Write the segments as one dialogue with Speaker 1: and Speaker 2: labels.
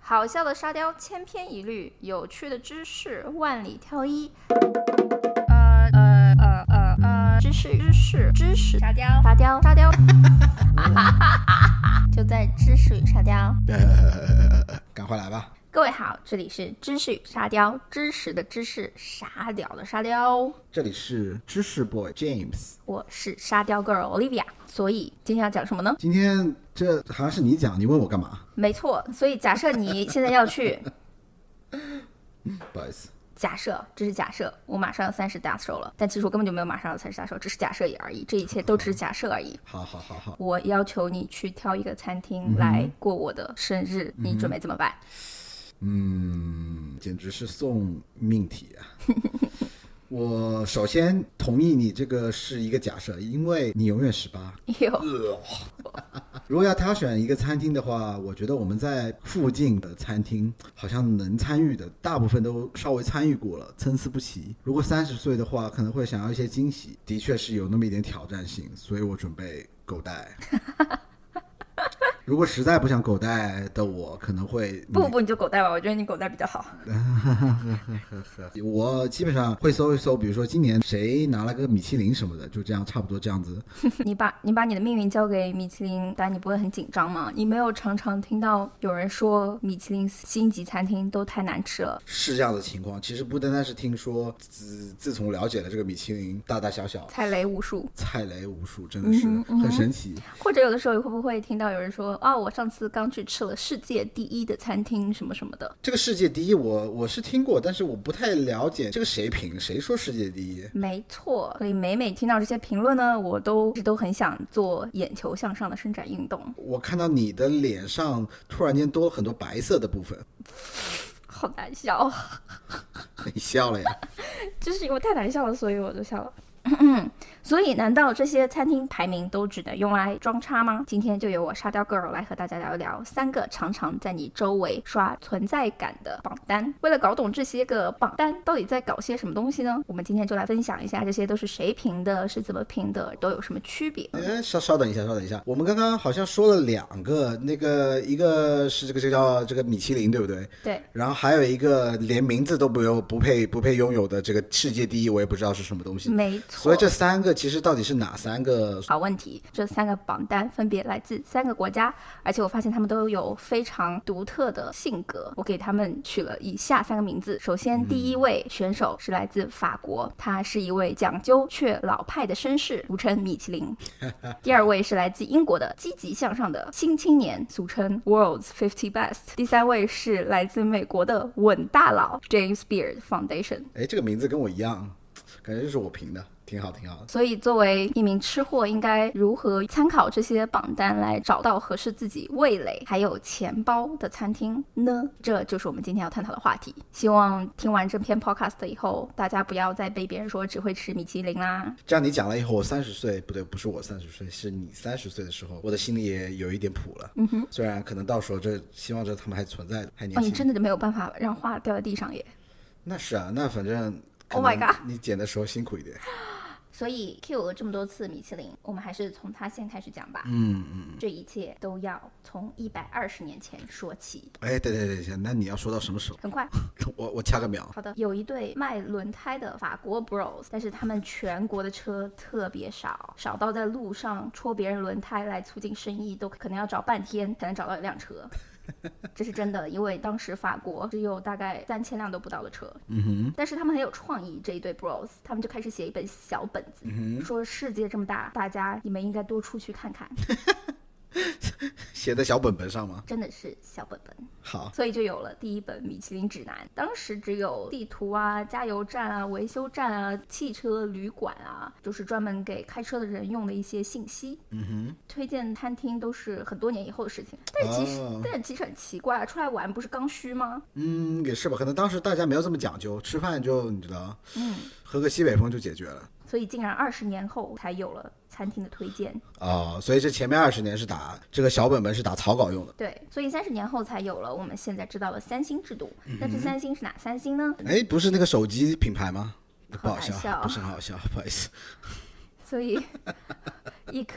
Speaker 1: 好笑的沙雕千篇一律，有趣的知识万里挑一。呃呃呃呃呃，知识知识知识
Speaker 2: 沙雕
Speaker 1: 沙雕沙雕，就在知识与沙雕。
Speaker 3: 呃， 赶快来吧！
Speaker 1: 各位好，这里是知识与沙雕，知识的知识，沙雕的沙雕。
Speaker 3: 这里是知识 boy James，
Speaker 1: 我是沙雕 girl Olivia，所以今天要讲什么呢？
Speaker 3: 今天这好像是你讲，你问我干嘛？
Speaker 1: 没错，所以假设你现在要去，
Speaker 3: 不好意思，
Speaker 1: 假设这是假设，我马上要三十大寿了，但其实我根本就没有马上要三十大寿，只是假设也而已，这一切都只是假设而已。
Speaker 3: 好好好好，
Speaker 1: 我要求你去挑一个餐厅来过我的生日，你准备怎么办？
Speaker 3: 嗯，简直是送命题 啊！我首先同意你这个是一个假设，因为你永远十八。
Speaker 1: 有
Speaker 3: 如果要挑选一个餐厅的话，我觉得我们在附近的餐厅好像能参与的大部分都稍微参与过了，参差不齐。如果三十岁的话，可能会想要一些惊喜，的确是有那么一点挑战性，所以我准备狗带。如果实在不想狗带的我，可能会
Speaker 1: 不不，你就狗带吧，我觉得你狗带比较好。
Speaker 3: 我基本上会搜一搜，比如说今年谁拿了个米其林什么的，就这样差不多这样子。
Speaker 1: 你把你把你的命运交给米其林，但你不会很紧张吗？你没有常常听到有人说米其林星级餐厅都太难吃了，
Speaker 3: 是这样的情况，其实不单单是听说，自自从了解了这个米其林，大大小小
Speaker 1: 踩雷无数。
Speaker 3: 踩雷无数，真的是很神奇。
Speaker 1: 或者有的时候会不会听到有人说啊、我上次刚去吃了世界第一的餐厅什么什么的，
Speaker 3: 这个世界第一我，我是听过，但是我不太了解这个谁评，谁说世界第一？
Speaker 1: 没错，所以每每听到这些评论呢，我都都很想做眼球向上的伸展运动，
Speaker 3: 我看到你的脸上突然间多了很多白色的部分，
Speaker 1: 好难笑，啊
Speaker 3: 你笑了呀？
Speaker 1: 就是因为太难笑了，所以我就笑了。 所以，难道这些餐厅排名都只能用来装叉吗？今天就由我沙雕 girl 来和大家聊一聊三个常常在你周围刷存在感的榜单。为了搞懂这些个榜单到底在搞些什么东西呢，我们今天就来分享一下这些都是谁评的，是怎么评的，都有什么区别。
Speaker 3: 哎，稍稍等一下，稍等一下，我们刚刚好像说了两个，那个一个是这个这个叫这个米其林，对不对？
Speaker 1: 对，
Speaker 3: 然后还有一个连名字都不用不配不配拥有的这个世界第一，我也不知道是什么东西。
Speaker 1: 没嗯错。
Speaker 3: 所以这三个其实到底是哪三个？
Speaker 1: 好问题，这三个榜单分别来自三个国家，而且我发现他们都有非常独特的性格。我给他们取了以下三个名字。首先，第一位选手是来自法国，他是一位讲究却老派的绅士，俗称米其林。第二位是来自英国的积极向上的新青年，俗称 World's 50 Best。第三位是来自美国的稳大佬 James Beard Foundation。
Speaker 3: 哎，这个名字跟我一样，感觉就是我评的，挺好，挺好的。
Speaker 1: 所以，作为一名吃货，应该如何参考这些榜单来找到合适自己味蕾还有钱包的餐厅呢？这就是我们今天要探讨的话题。希望听完这篇 podcast 以后，大家不要再被别人说只会吃米其林啦。
Speaker 3: 这样你讲了以后，我三十岁不对，不是我三十岁，是你三十岁的时候，我的心里也有一点谱了。嗯哼，虽然可能到时候这希望这他们还存在，还
Speaker 1: 哦，
Speaker 3: 年
Speaker 1: 你
Speaker 3: 轻。
Speaker 1: 真的就没有办法让话掉在地上耶。
Speaker 3: 那是啊，那反正。
Speaker 1: Oh my god
Speaker 3: 你剪的时候辛苦一点。
Speaker 1: 所以 Q 了这么多次米其林，我们还是从他先开始讲吧。
Speaker 3: 嗯嗯。
Speaker 1: 这一切都要从一百二十年前说起。
Speaker 3: 哎，等等等一下，那你要说到什么时候？
Speaker 1: 很快，
Speaker 3: 我我掐个秒。
Speaker 1: 好的，有一对卖轮胎的法国 bros，但是他们全国的车特别少，少到在路上戳别人轮胎来促进生意，都可能要找半天才能找到一辆 车。这是真的，因为当时法国只有大概三千辆都不到的车，嗯哼，但是他们很有创意，这一对 bros，他们就开始写一本小本子，说世界这么大，大家你们应该多出去看看，
Speaker 3: 写在小本本上吗？
Speaker 1: 真的是小本本。
Speaker 3: 好，
Speaker 1: 所以就有了第一本米其林指南。当时只有地图啊、加油站啊、维修站啊、汽车旅馆啊，就是专门给开车的人用的一些信息。嗯哼，推荐餐厅都是很多年以后的事情。但其实，
Speaker 3: 哦
Speaker 1: 但其实很奇怪啊，出来玩不是刚需吗？
Speaker 3: 嗯，也是吧，可能当时大家没有这么讲究，吃饭就你知道，嗯，喝个西北风就解决了
Speaker 1: 所以竟然二十年后才有了餐厅的推荐。
Speaker 3: 啊、所以这前面二十年是打这个小本本是打草稿用的。
Speaker 1: 对，所以三十年后才有了我们现在知道的三星制度。那这三星是哪三星呢？
Speaker 3: 哎，不是那个手机品牌吗？不
Speaker 1: 好
Speaker 3: 好
Speaker 1: 难
Speaker 3: 笑，
Speaker 1: 笑
Speaker 3: 不是很好笑，不好意思。
Speaker 1: 所以一颗，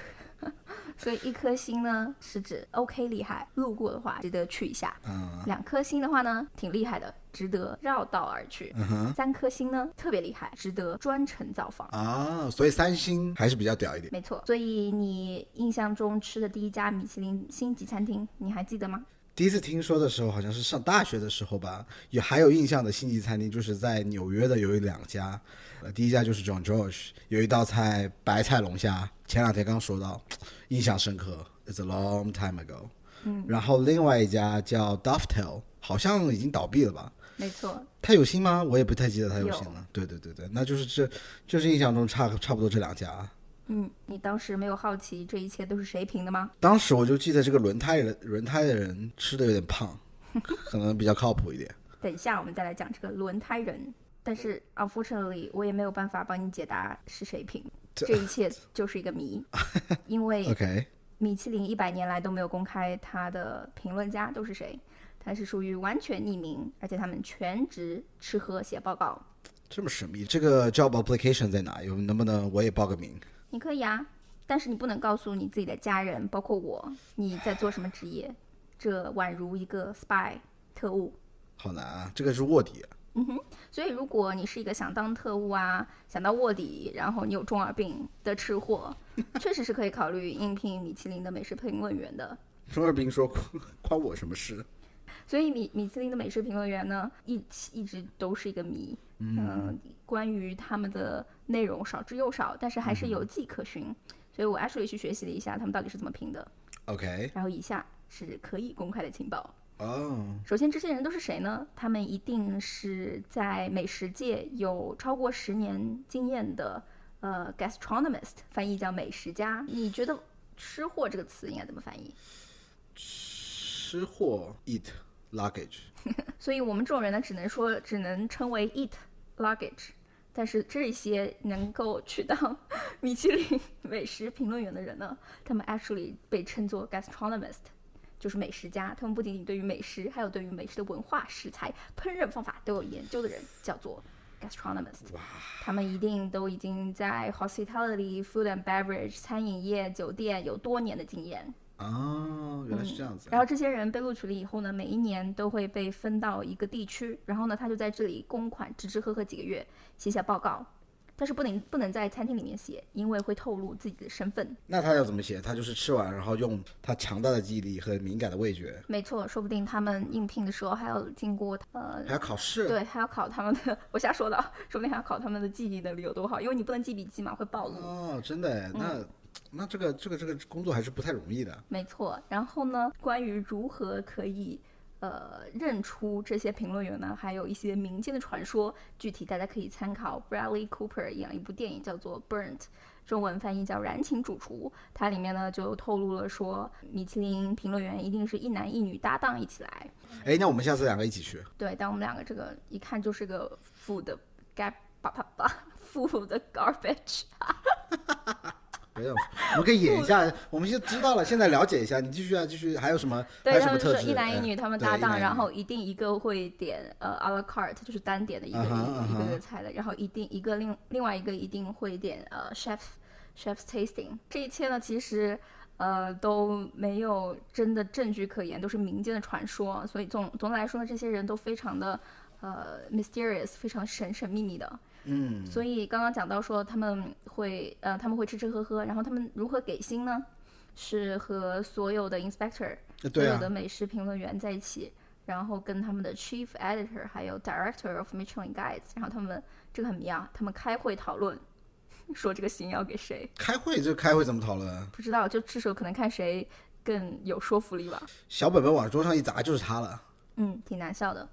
Speaker 1: 所以一颗星呢是指 OK 厉害，路过的话值得去一下；
Speaker 3: 啊，
Speaker 1: 两颗星的话呢，挺厉害的，值得绕道而去；
Speaker 3: 嗯哼。
Speaker 1: 三颗星呢，特别厉害，值得专程造访。
Speaker 3: 啊，所以三星还是比较屌一点。
Speaker 1: 没错，所以你印象中吃的第一家米其林星级餐厅，你还记得吗？
Speaker 3: 第一次听说的时候，好像是上大学的时候吧，也还有印象的星级餐厅，就是在纽约的有一两家，呃，第一家就是 John Josh，有一道菜白菜龙虾，前两天刚说到，印象深刻，It's a long time ago。嗯，然后另外一家叫 Dovetail，好像已经倒闭了吧？
Speaker 1: 没错，
Speaker 3: 它有星吗？我也不太记得它有
Speaker 1: 有
Speaker 3: 星了。对对对对，那就是这，就是印象中差差不多这两家啊。
Speaker 1: 嗯，你当时没有好奇这一切都是谁评的吗？
Speaker 3: 当时我就记得这个轮胎人，轮胎的人吃的有点胖， 可能比较靠谱一点。
Speaker 1: 等一下我们再来讲这个轮胎人。但是 unfortunately，我也没有办法帮你解答是谁评，这一切就是一个谜，因为
Speaker 3: OK，
Speaker 1: 米其林一百年来都没有公开他的评论家都是谁，他是属于完全匿名，而且他们全职吃喝写报告。
Speaker 3: 这么神秘，这个 job application 在哪？有能不能我也报个名？
Speaker 1: 你可以啊，但是你不能告诉你自己的家人，包括我，你在做什么职业，这宛如一个 spy 特务。
Speaker 3: 好难啊，这个是卧底啊、
Speaker 1: 所以，如果你是一个想当特务啊，想当卧底，然后你有中二病的吃货，确实是可以考虑应聘米其林的美食评论员的。
Speaker 3: 中二病说关关我什么事？
Speaker 1: 所以米米其林的美食评论员呢，一一直都是一个谜，嗯、关于他们的内容少之又少，但是还是有迹可循。所以我 actually 去学习了一下他们到底是怎么评的。
Speaker 3: OK，
Speaker 1: 然后以下是可以公开的情报。
Speaker 3: 哦，
Speaker 1: 首先，这些人都是谁呢？他们一定是在美食界有超过十年经验的呃 gastronomist，翻译叫美食家。你觉得“吃货”这个词应该怎么翻译？
Speaker 3: 吃货 eat luggage，
Speaker 1: 所以我们这种人呢，只能说只能称为 eat luggage。但是这些能够去当 米其林美食评论员的人呢，他们 actually 被称作 gastronomist，就是美食家。他们不仅仅对于美食，还有对于美食的文化、食材、烹饪方法都有研究的人，叫做 gastronomist。他们一定都已经在 hospitality、food and beverage、餐饮业、酒店有多年的经验。
Speaker 3: 哦，原来是这样子
Speaker 1: 嗯
Speaker 3: 啊、
Speaker 1: 然后这些人被录取了以后呢，每一年都会被分到一个地区，然后呢，他就在这里公款吃吃喝喝几个月，写写报告，但是不能不能在餐厅里面写，因为会透露自己的身份。
Speaker 3: 那他要怎么写？他就是吃完，然后用他强大的记忆力和敏感的味觉，
Speaker 1: 没错，说不定他们应聘的时候还要经过呃。
Speaker 3: 还要考试。
Speaker 1: 对，还要考他们的， 我瞎说的啊，说不定还要考他们的记忆能力有多好，因为你不能记笔记嘛，会暴露。
Speaker 3: 哦，真的哎，那、
Speaker 1: 嗯
Speaker 3: 那这个这个这个工作还是不太容易的。
Speaker 1: 没错，然后呢，关于如何可以呃认出这些评论员呢，还有一些民间的传说，具体大家可以参考 Bradley Cooper 演了一部电影叫做《Burnt》。中文翻译叫《燃情主厨》，它里面呢就透露了说，米其林评论员一定是一男一女搭档一起来。
Speaker 3: 哎，那我们下次两个一起去。
Speaker 1: 对，但我们两个这个一看就是个 food gap，啪啪啪，food garbage。
Speaker 3: 没有，我们可以演一下，我们就知道了。现在了解一下，你继续啊，继续。还有什么？还
Speaker 1: 对
Speaker 3: 有什
Speaker 1: 他
Speaker 3: 么
Speaker 1: 们就
Speaker 3: 特
Speaker 1: 是
Speaker 3: 质？
Speaker 1: 一男一
Speaker 3: 哎
Speaker 1: 女，他们
Speaker 3: 对
Speaker 1: 搭
Speaker 3: 一男
Speaker 1: 档，
Speaker 3: 一
Speaker 1: 然
Speaker 3: 女
Speaker 1: 后一定一个会点呃 a la carte，就是单点的一个一
Speaker 3: 啊哈
Speaker 1: 个一
Speaker 3: 啊
Speaker 1: 个
Speaker 3: 哈
Speaker 1: 菜的，然后一定一个另另外一个一定会点呃 chef chef's tasting。这一切呢，其实呃都没有真的证据可言，都是民间的传说。所以总总的来说呢，这些人都非常的呃 mysterious，非常神神秘秘的。
Speaker 3: 嗯，
Speaker 1: 所以刚刚讲到说他们会呃他们会吃吃喝喝，然后他们如何给星呢？是和所有的 inspector 所
Speaker 3: 对
Speaker 1: 有
Speaker 3: 啊
Speaker 1: 的，美食评论员在一起，然后跟他们的 chief editor 还有 director of Michelin Guides，然后他们这个很迷啊，他们开会讨论， 说这个星要给谁，
Speaker 3: 开会这开会怎么讨论啊？
Speaker 1: 不知道，就至少可能看谁更有说服力吧。
Speaker 3: 小本本往桌上一砸就是他了。
Speaker 1: 嗯，挺难笑的。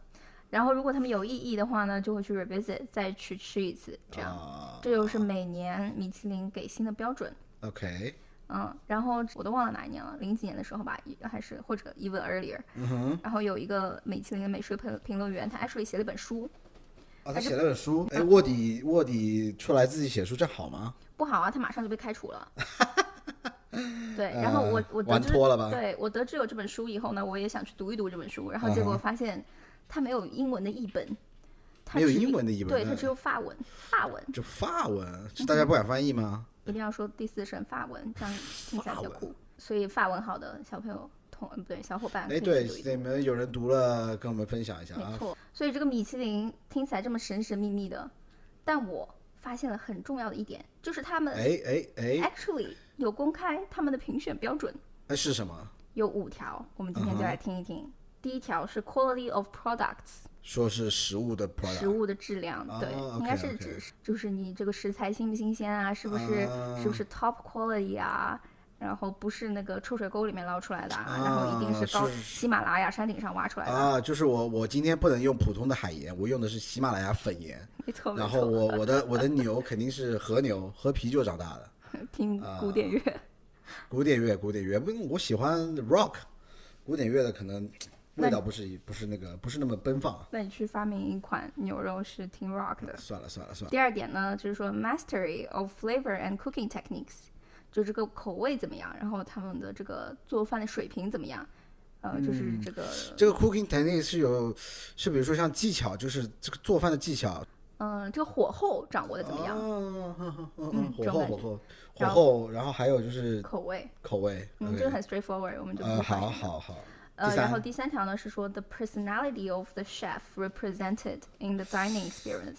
Speaker 1: 然后如果他们有异议的话呢，就会去 revisit 再去吃一次，这样，
Speaker 3: 啊
Speaker 1: 这就是每年米其林给星的标准。
Speaker 3: ，OK，
Speaker 1: 嗯，然后我都忘了哪一年了，零几年的时候吧，也还是或者 even earlier，、
Speaker 3: 嗯哼，
Speaker 1: 然后有一个米其林的美食评评论员，他 actually 写了一本书，
Speaker 3: 哦，他写了本书，哎，卧底卧底出来自己写书，这好吗？
Speaker 1: 不好啊，他马上就被开除 了。对，然后我
Speaker 3: 呃
Speaker 1: 我得
Speaker 3: 玩
Speaker 1: 知
Speaker 3: 脱了吧？
Speaker 1: 对我得知有这本书以后呢，我也想去读一读这本书，然后
Speaker 3: 嗯
Speaker 1: 结果发现它没有英文的译本，它
Speaker 3: 没有
Speaker 1: 只
Speaker 3: 英文的译本嗯
Speaker 1: 对，
Speaker 3: 那
Speaker 1: 它只有法文，法文
Speaker 3: 这法文，是大家不敢翻译
Speaker 1: 嗯
Speaker 3: 吗？
Speaker 1: 一定要说第四声法文，这样听起来比较
Speaker 3: 法文
Speaker 1: 酷。所以法文好的小朋友同嗯不对小伙伴可
Speaker 3: 哎，
Speaker 1: 以
Speaker 3: 对
Speaker 1: 去，读一读
Speaker 3: 你们有人读了，跟我们分享一下
Speaker 1: 没
Speaker 3: 啊。
Speaker 1: 错。所以这个米其林听起来这么神神秘秘的，但我发现了很重要的一点，就是他们
Speaker 3: 哎哎哎，
Speaker 1: actually 有公开他们的评选标准，
Speaker 3: 哎是什么？
Speaker 1: 有五条，我们今
Speaker 3: 嗯
Speaker 1: 天就来听一听。第一条是 quality of products，
Speaker 3: 说是食物的
Speaker 1: 食
Speaker 3: product，
Speaker 1: 物的质量，
Speaker 3: 啊
Speaker 1: 对，
Speaker 3: ，OK，
Speaker 1: 应该是
Speaker 3: OK
Speaker 1: 指就是你这个食材新不新鲜啊，是不是、
Speaker 3: 啊
Speaker 1: 是不是 top quality 啊？然后不是那个臭水沟里面捞出来的啊，
Speaker 3: 啊
Speaker 1: 然后一定是高
Speaker 3: 是是
Speaker 1: 喜马拉雅山顶上挖出来的，
Speaker 3: 啊，就是我我今天不能用普通的海盐，我用的是喜马拉雅粉盐。
Speaker 1: 没错没
Speaker 3: 然后
Speaker 1: 错，
Speaker 3: 我我的我的牛肯定是和牛，喝啤酒长大的，
Speaker 1: 听
Speaker 3: 啊
Speaker 1: 古典乐，
Speaker 3: 古典乐古典乐，不，我喜欢 rock，古典乐的可能
Speaker 1: 那
Speaker 3: 味
Speaker 1: 你
Speaker 3: 道不是不是那个不是那么奔放啊。
Speaker 1: 那你去发明一款牛肉是听 rock 的。
Speaker 3: 算了算了算了，
Speaker 1: 第二点呢，就是说 mastery of flavor and cooking techniques，就这个口味怎么样，然后他们的这个做饭的水平怎么样，呃，就是
Speaker 3: 嗯
Speaker 1: 这个，
Speaker 3: 这个 cooking technique 是有是比如说像技巧，就是这个做饭的技巧，
Speaker 1: 嗯、这个火候掌握的怎么样，
Speaker 3: 哦嗯 嗯
Speaker 1: 嗯
Speaker 3: 嗯，火
Speaker 1: 这种
Speaker 3: 候
Speaker 1: 感
Speaker 3: 火
Speaker 1: 觉
Speaker 3: 候火
Speaker 1: 然
Speaker 3: 候，然后还有就是
Speaker 1: 口味，
Speaker 3: 口味。
Speaker 1: 嗯，
Speaker 3: OK
Speaker 1: 这个很 straightforward，我们就不
Speaker 3: 呃，
Speaker 1: 会发
Speaker 3: 好
Speaker 1: 现。
Speaker 3: 好好。
Speaker 1: 呃，
Speaker 3: 第
Speaker 1: 然后
Speaker 3: 三，
Speaker 1: 第三条呢是说 the personality of the chef represented in the dining experience，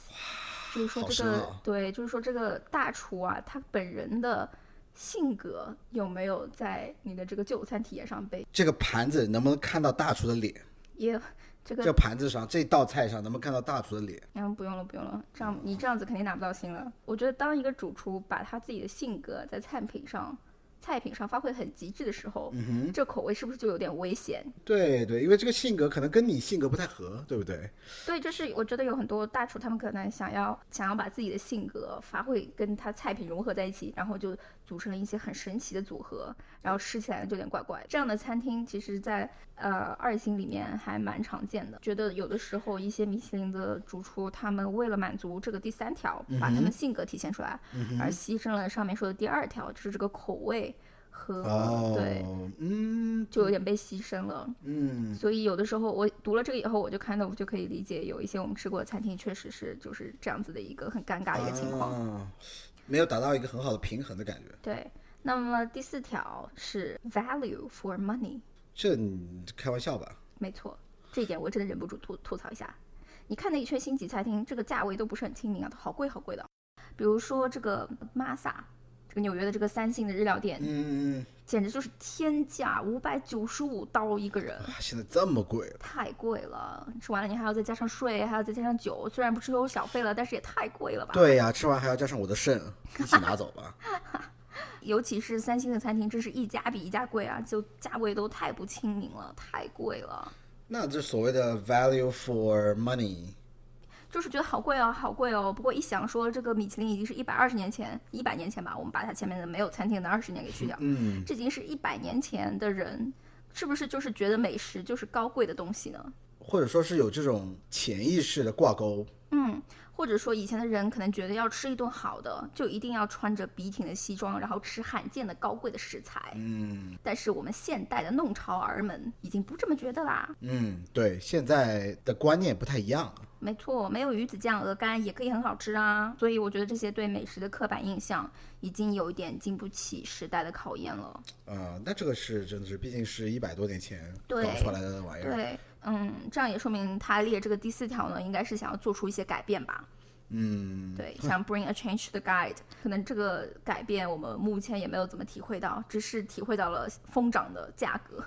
Speaker 1: 就是说
Speaker 3: 好
Speaker 1: 这
Speaker 3: 深啊
Speaker 1: 个、
Speaker 3: 奥
Speaker 1: 对，就是说这个大厨啊，他本人的性格有没有在你的这个就餐体验上被
Speaker 3: 这个盘子能不能看到大厨的脸？
Speaker 1: 也这个
Speaker 3: 这盘子上这道菜上能不能看到大厨的脸？
Speaker 1: 嗯，不用了，不用了，这样你这样子肯定拿不到星了。我觉得当一个主厨把他自己的性格在菜品上、菜品上发挥得很极致的时候，
Speaker 3: 嗯
Speaker 1: 这口味是不是就有点危险？
Speaker 3: 对对，因为这个性格可能跟你性格不太合，对不对？
Speaker 1: 对，就是我觉得有很多大厨他们可能想要想要把自己的性格发挥跟他菜品融合在一起，然后就组成了一些很神奇的组合，然后吃起来就有点怪怪。这样的餐厅其实在，呃二星里面还蛮常见的。觉得有的时候一些米其林的主厨他们为了满足这个第三条，把他们性格体现出来，而牺牲了上面说的第二条，就是这个口味和、对，
Speaker 3: 哦，嗯
Speaker 1: 就有点被牺牲了。
Speaker 3: 嗯，
Speaker 1: 所以有的时候我读了这个以后，我就看到我就可以理解，有一些我们吃过的餐厅确实是就是这样子的一个很尴尬的一个情况。
Speaker 3: 啊没有达到一个很好的平衡的感觉。
Speaker 1: 对，那么第四条是 value for money，
Speaker 3: 这你开玩笑吧？
Speaker 1: 没错，这一点我真的忍不住吐吐槽一下。你看那一圈星级餐厅，这个价位都不是很亲民啊，都好贵好贵的。比如说这个 Masa，这个纽约的这个三星的日料店，
Speaker 3: 嗯，嗯
Speaker 1: 简直就是天价，五百九十五刀一个人。
Speaker 3: 嗯啊现在这么贵了，
Speaker 1: 太贵了，吃完了你还要再加上税，还要再加上酒，虽然不是有小费了，但是也太贵了吧？，
Speaker 3: 对呀、吃完还要加上我的肾，一起拿走吧。
Speaker 1: 尤其是三星的餐厅，真是一家比一家贵啊，就价位都太不亲民了，太贵了，
Speaker 3: 那这所谓的 value for money，
Speaker 1: 就是觉得好贵哦，好贵哦。不过一想说这个米其林已经是一百二十年前，一百年前吧，我们把它前面的没有餐厅的二十年给去掉，
Speaker 3: 嗯，
Speaker 1: 这已经是一百年前的人，是不是就是觉得美食就是高贵的东西呢？
Speaker 3: 或者说是有这种潜意识的挂钩，
Speaker 1: 嗯，或者说以前的人可能觉得要吃一顿好的，就一定要穿着笔挺的西装，然后吃罕见的高贵的食材。
Speaker 3: 嗯
Speaker 1: 但是我们现代的弄潮儿们已经不这么觉得啦。
Speaker 3: 嗯，对，现在的观念不太一样了。
Speaker 1: 没错，没有鱼子酱鹅肝也可以很好吃啊。所以我觉得这些对美食的刻板印象已经有一点经不起时代的考验了。
Speaker 3: 啊、那这个是真的是，毕竟是一百多年前搞
Speaker 1: 对
Speaker 3: 出来的玩意儿。
Speaker 1: 对，嗯，这样也说明他列这个第四条呢，应该是想要做出一些改变吧。
Speaker 3: 嗯，
Speaker 1: 对，想 bring a change to the guide，可能这个改变我们目前也没有怎么体会到，只是体会到了疯涨的价格。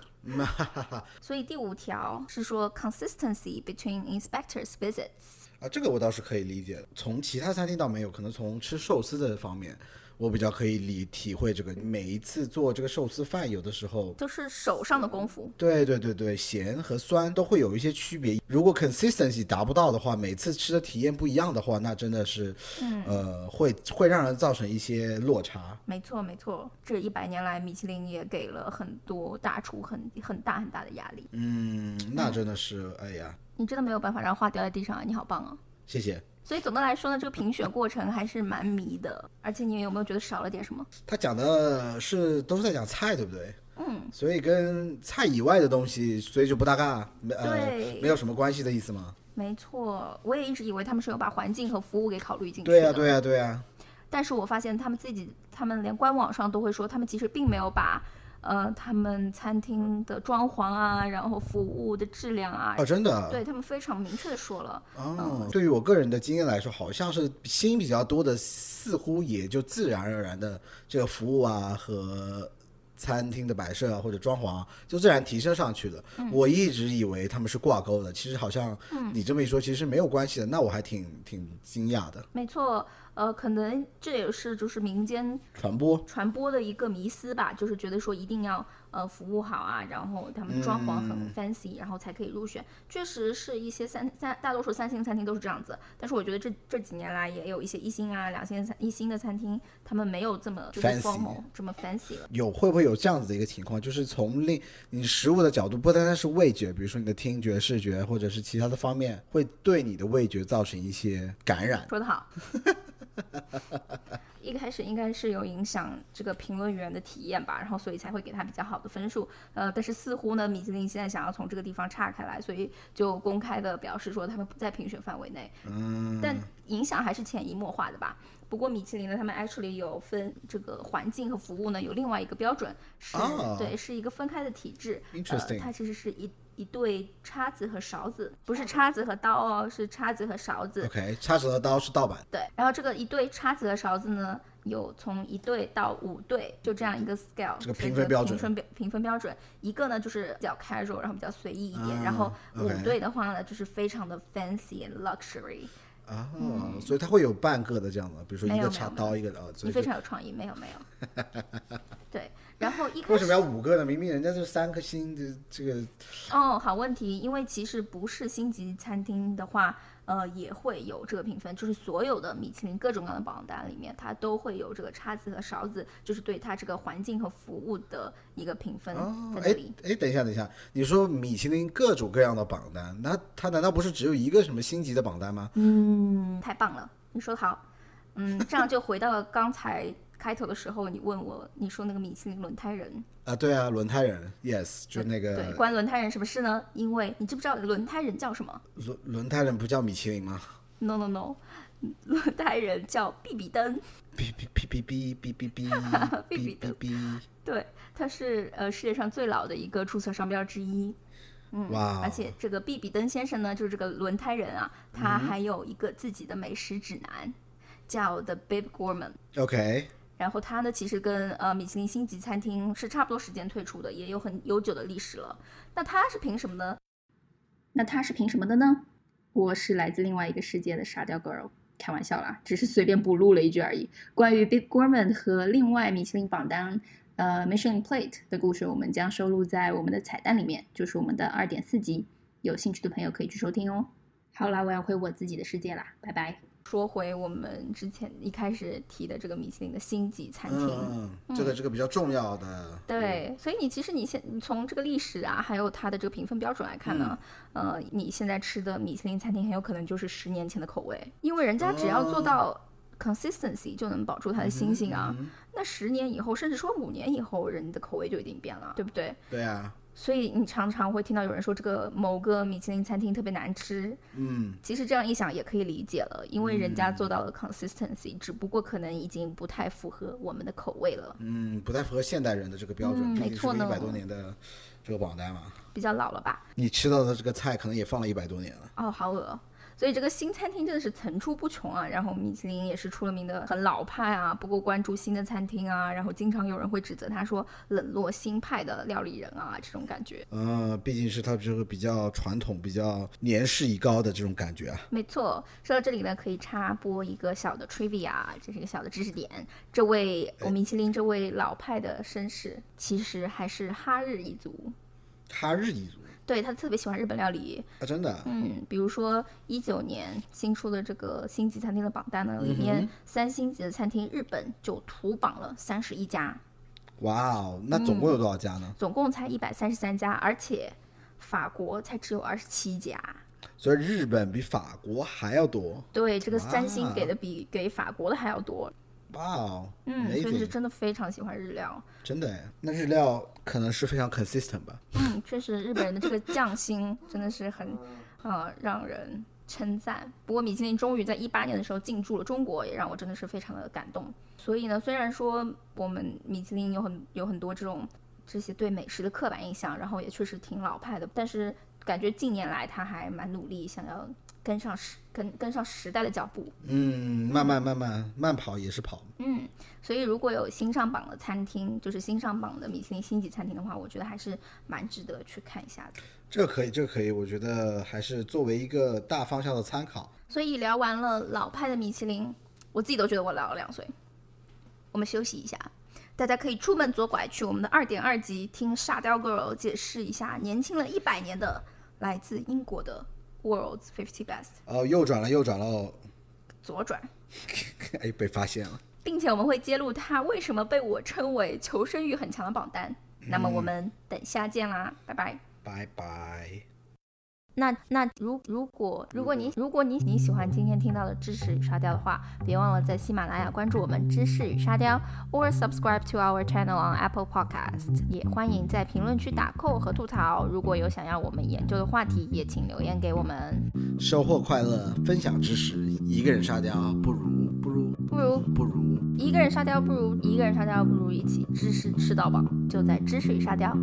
Speaker 1: 所以第五条是说 consistency between inspectors visits。
Speaker 3: 啊，这个我倒是可以理解的。从其他餐厅倒没有，可能从吃寿司的方面，我比较可以理体会这个。每一次做这个寿司饭，有的时候，
Speaker 1: 就是手上的功夫，
Speaker 3: 对对对对，咸和酸都会有一些区别。如果 consistency 达不到的话，每次吃的体验不一样的话，那真的是，呃，会会让人造成一些落差。
Speaker 1: 没错没错。这一百年来，米其林也给了很多大厨很很大很大的压力。
Speaker 3: 嗯，那真的是，哎呀，
Speaker 1: 你真的没有办法让花掉在地上啊！你好棒啊！
Speaker 3: 谢谢。
Speaker 1: 所以总的来说呢，这个评选过程还是蛮迷的。而且你有没有觉得少了点什么？
Speaker 3: 他讲的是都是在讲菜，对不对？嗯，所以跟菜以外的东西，所以就不搭嘎，没呃
Speaker 1: 对
Speaker 3: 没有什么关系的意思吗？
Speaker 1: 没错，我也一直以为他们是有把环境和服务给考虑进去的。
Speaker 3: 对呀、对呀、对呀、
Speaker 1: 但是我发现他们自己，他们连官网上都会说，他们其实并没有把呃，他们餐厅的装潢啊，然后服务的质量啊，
Speaker 3: 哦，真的，
Speaker 1: 对他嗯们非常明确的说了，
Speaker 3: 哦，对于我个人的经验来说，好像是心比较多的，似乎也就自然而然的这个服务啊和餐厅的摆设啊或者装潢啊，就自然提升上去了。
Speaker 1: 嗯
Speaker 3: 我一直以为他们是挂钩的，其实好像你这么一说，其实是没有关系的。那我还挺挺惊讶的，
Speaker 1: 没错，呃，可能这也是就是民间
Speaker 3: 传播。
Speaker 1: 传播的一个迷思吧，就是觉得说一定要呃服务好啊，然后他们装潢
Speaker 3: 嗯
Speaker 1: 很 fancy，、然后才可以入选。确实是一些三三大多数三星餐厅都是这样子，但是我觉得这这几年来也有一些一星啊、两星餐一星的餐厅，他们没有这么就是
Speaker 3: Fancy
Speaker 1: formal 这么 fancy 了。
Speaker 3: 有会不会有这样子的一个情况，就是从另你食物的角度，不单单是味觉，比如说你的听觉、视觉，或者是其他的方面，会对你的味觉造成一些感染。
Speaker 1: 说得好。 一开始应该是有影响这个评论员的体验吧，然后所以才会给他比较好的分数。呃，但是似乎呢，米其林现在想要从这个地方岔开来，所以就公开的表示说他们不在评选范围内。嗯，但影响还是潜移默化的吧。不过米其林呢，他们 actually 有分这个环境和服务呢，有另外一个标准，是、
Speaker 3: 哦
Speaker 1: 对，是一个分开的体制。
Speaker 3: Interesting
Speaker 1: 呃、它其实是一一对叉子和勺子，不是叉子和刀哦，是叉子和勺子。
Speaker 3: OK，叉子和刀是盗版。
Speaker 1: 对，然后这个一对叉子和勺子呢，有从一对到五对，就这样一个 scale，
Speaker 3: 这个
Speaker 1: 是
Speaker 3: 评
Speaker 1: 一
Speaker 3: 分标准
Speaker 1: 评分标评分标准，一个呢就是比较 casual，然后比较随意一点，
Speaker 3: 啊
Speaker 1: 然后五
Speaker 3: OK
Speaker 1: 对的话呢，就是非常的 fancy and luxury，
Speaker 3: 啊，所以它会有半个的这样的，比如
Speaker 1: 嗯
Speaker 3: 说
Speaker 1: 没
Speaker 3: 一
Speaker 1: 有
Speaker 3: 个
Speaker 1: 没有
Speaker 3: 插
Speaker 1: 没
Speaker 3: 刀，一个呃，所
Speaker 1: 你
Speaker 3: 以
Speaker 1: 非
Speaker 3: 就
Speaker 1: 常有创意，没有没有， 对，然后一开
Speaker 3: 为什
Speaker 1: 始
Speaker 3: 么要五个呢？明明人家就是三颗星，这这个
Speaker 1: 哦，好问题，因为其实不是星级餐厅的话，呃，也会有这个评分，就是所有的米其林各种各样的榜单里面，它都会有这个叉子和勺子，就是对它这个环境和服务的一个评分
Speaker 3: 哦
Speaker 1: 在，这
Speaker 3: 哎
Speaker 1: 里。
Speaker 3: 哎，等一下等一下，你说米其林各种各样的榜单，那它难道不是只有一个什么星级的榜单吗？
Speaker 1: 嗯，太棒了，你说的好。嗯，这样就回到了刚才开头的时候，你问我，你说那个米其林轮胎人，
Speaker 3: 啊，对啊，轮胎人，yes，就那
Speaker 1: 对，
Speaker 3: 个
Speaker 1: 关轮胎人什么事呢？因为你知不知道轮胎人叫什么
Speaker 3: 轮轮胎人不叫米其林吗？
Speaker 1: ？No No No，轮胎人叫比比登。
Speaker 3: 哔哔哔哔哔哔哔哔哔哔哔，
Speaker 1: 对，它是呃世界上最老的一个注册商标之一，
Speaker 3: 哇！
Speaker 1: 嗯而且这个毕比登先生呢，就是这个轮胎人啊，他还有一个自己的美食指南，叫 The Bib Gourmand。
Speaker 3: 哦 OK，
Speaker 1: 然后它呢，其实跟呃米其林星级餐厅是差不多时间退出的，也有很悠久的历史了。那它是凭什么呢？那它是凭什么的呢？我是来自另外一个世界的沙雕 girl，开玩笑啦，只是随便补录了一句而已。关于 Big Gourmand 和另外米其林榜单呃 Michelin Plate 的故事，我们将收录在我们的彩蛋里面，就是我们的二点四集，有兴趣的朋友可以去收听哦。好啦，我要回我自己的世界啦，拜拜。说回我们之前一开始提的这个米其林的星级餐厅，
Speaker 3: 嗯，这个这个比较重要的，
Speaker 1: 对，所以你其实你现你从这个历史啊，还有它的这个评分标准来看呢，呃，你现在吃的米其林餐厅很有可能就是十年前的口味，因为人家只要做到 consistency 就能保住它的星星啊。那十年以后，甚至说五年以后，人的口味就已经变了，对不对？
Speaker 3: 对啊，
Speaker 1: 所以你常常会听到有人说这个某个米其林餐厅特别难吃，
Speaker 3: 嗯，
Speaker 1: 其实这样一想也可以理解了，因为人家做到了 consistency，、只不过可能已经不太符合我们的口味了。
Speaker 3: 嗯，不太符合现代人的这个标
Speaker 1: 嗯
Speaker 3: 准，毕
Speaker 1: 没
Speaker 3: 竟是
Speaker 1: 错
Speaker 3: 个
Speaker 1: 呢
Speaker 3: 一百多年的这个榜单嘛。
Speaker 1: 比较老了吧？
Speaker 3: 你吃到的这个菜可能也放了一百多年了。
Speaker 1: 哦，好恶。所以这个新餐厅真的是层出不穷啊，然后米其林也是出了名的很老派啊，不够关注新的餐厅啊，然后经常有人会指责他说冷落新派的料理人啊，这种感觉。
Speaker 3: 嗯，毕竟是它这个比较传统、比较年事已高的这种感觉啊。
Speaker 1: 没错，说到这里呢，可以插播一个小的 trivia，这是一个小的知识点。这位我米其林这位老派的绅士，其实还是哈日一族，
Speaker 3: 哈日一族
Speaker 1: 对他特别喜欢日本料理，
Speaker 3: 啊，真的，
Speaker 1: 嗯，比如说一九年新出的这个星级餐厅的榜单呢，里
Speaker 3: 嗯
Speaker 1: 面三星级的餐厅日本就屠榜了三十一家，
Speaker 3: 哇哦，那总
Speaker 1: 嗯
Speaker 3: 共有多少家呢？
Speaker 1: 总共才一百三十三家，而且法国才只有二十七家。
Speaker 3: 所以日本比法国还要多。
Speaker 1: 对，这个三星
Speaker 3: 哇
Speaker 1: 给的比给法国的还要多，
Speaker 3: 哇哦，
Speaker 1: 嗯，所以是
Speaker 3: amazing，
Speaker 1: 真的非常喜欢日料，
Speaker 3: 真的哎，那日料可能是非常 consistent 吧。
Speaker 1: 嗯，确实日本人的这个匠心真的是很，呃，让人称赞。不过米其林终于在一八年的时候进驻了中国，也让我真的是非常的感动。所以呢，虽然说我们米其林有很有很多这种这些对美食的刻板印象，然后也确实挺老派的，但是感觉近年来他还蛮努力，想要跟上时跟跟上时代的脚步。
Speaker 3: 嗯，慢慢慢慢慢跑也是跑，
Speaker 1: 嗯，所以如果有新上榜的餐厅，就是新上榜的米其林星级餐厅的话，我觉得还是蛮值得去看一下的。
Speaker 3: 这可以，这可以，我觉得还是作为一个大方向的参考。
Speaker 1: 所以聊完了老派的米其林，我自己都觉得我老了两岁。我们休息一下，大家可以出门左拐去我们的二点二集听沙雕 girl 解释一下年轻了一百年的来自英国的 World's Fifty Best
Speaker 3: 哦，右转了，右转了，哦
Speaker 1: 左转，
Speaker 3: 哎，被发现了。
Speaker 1: 并且我们会揭露它为什么被我称为求生欲很强的榜单。那么我们等下见啦，拜拜。
Speaker 3: 拜拜。
Speaker 1: 那那如如果如果你如果你你喜欢今天听到的知识与沙雕的话，别忘了在喜马拉雅关注我们知识与沙雕，or subscribe to our channel on Apple Podcast。也欢迎在评论区打扣和吐槽。如果有想要我们研究的话题，也请留言给我们。
Speaker 3: 收获快乐，分享知识，一个人沙雕不如不如
Speaker 1: 不如
Speaker 3: 不如。
Speaker 1: 一个人沙雕，不如一个人沙雕，不如一起知识吃到饱，就在知识与沙雕。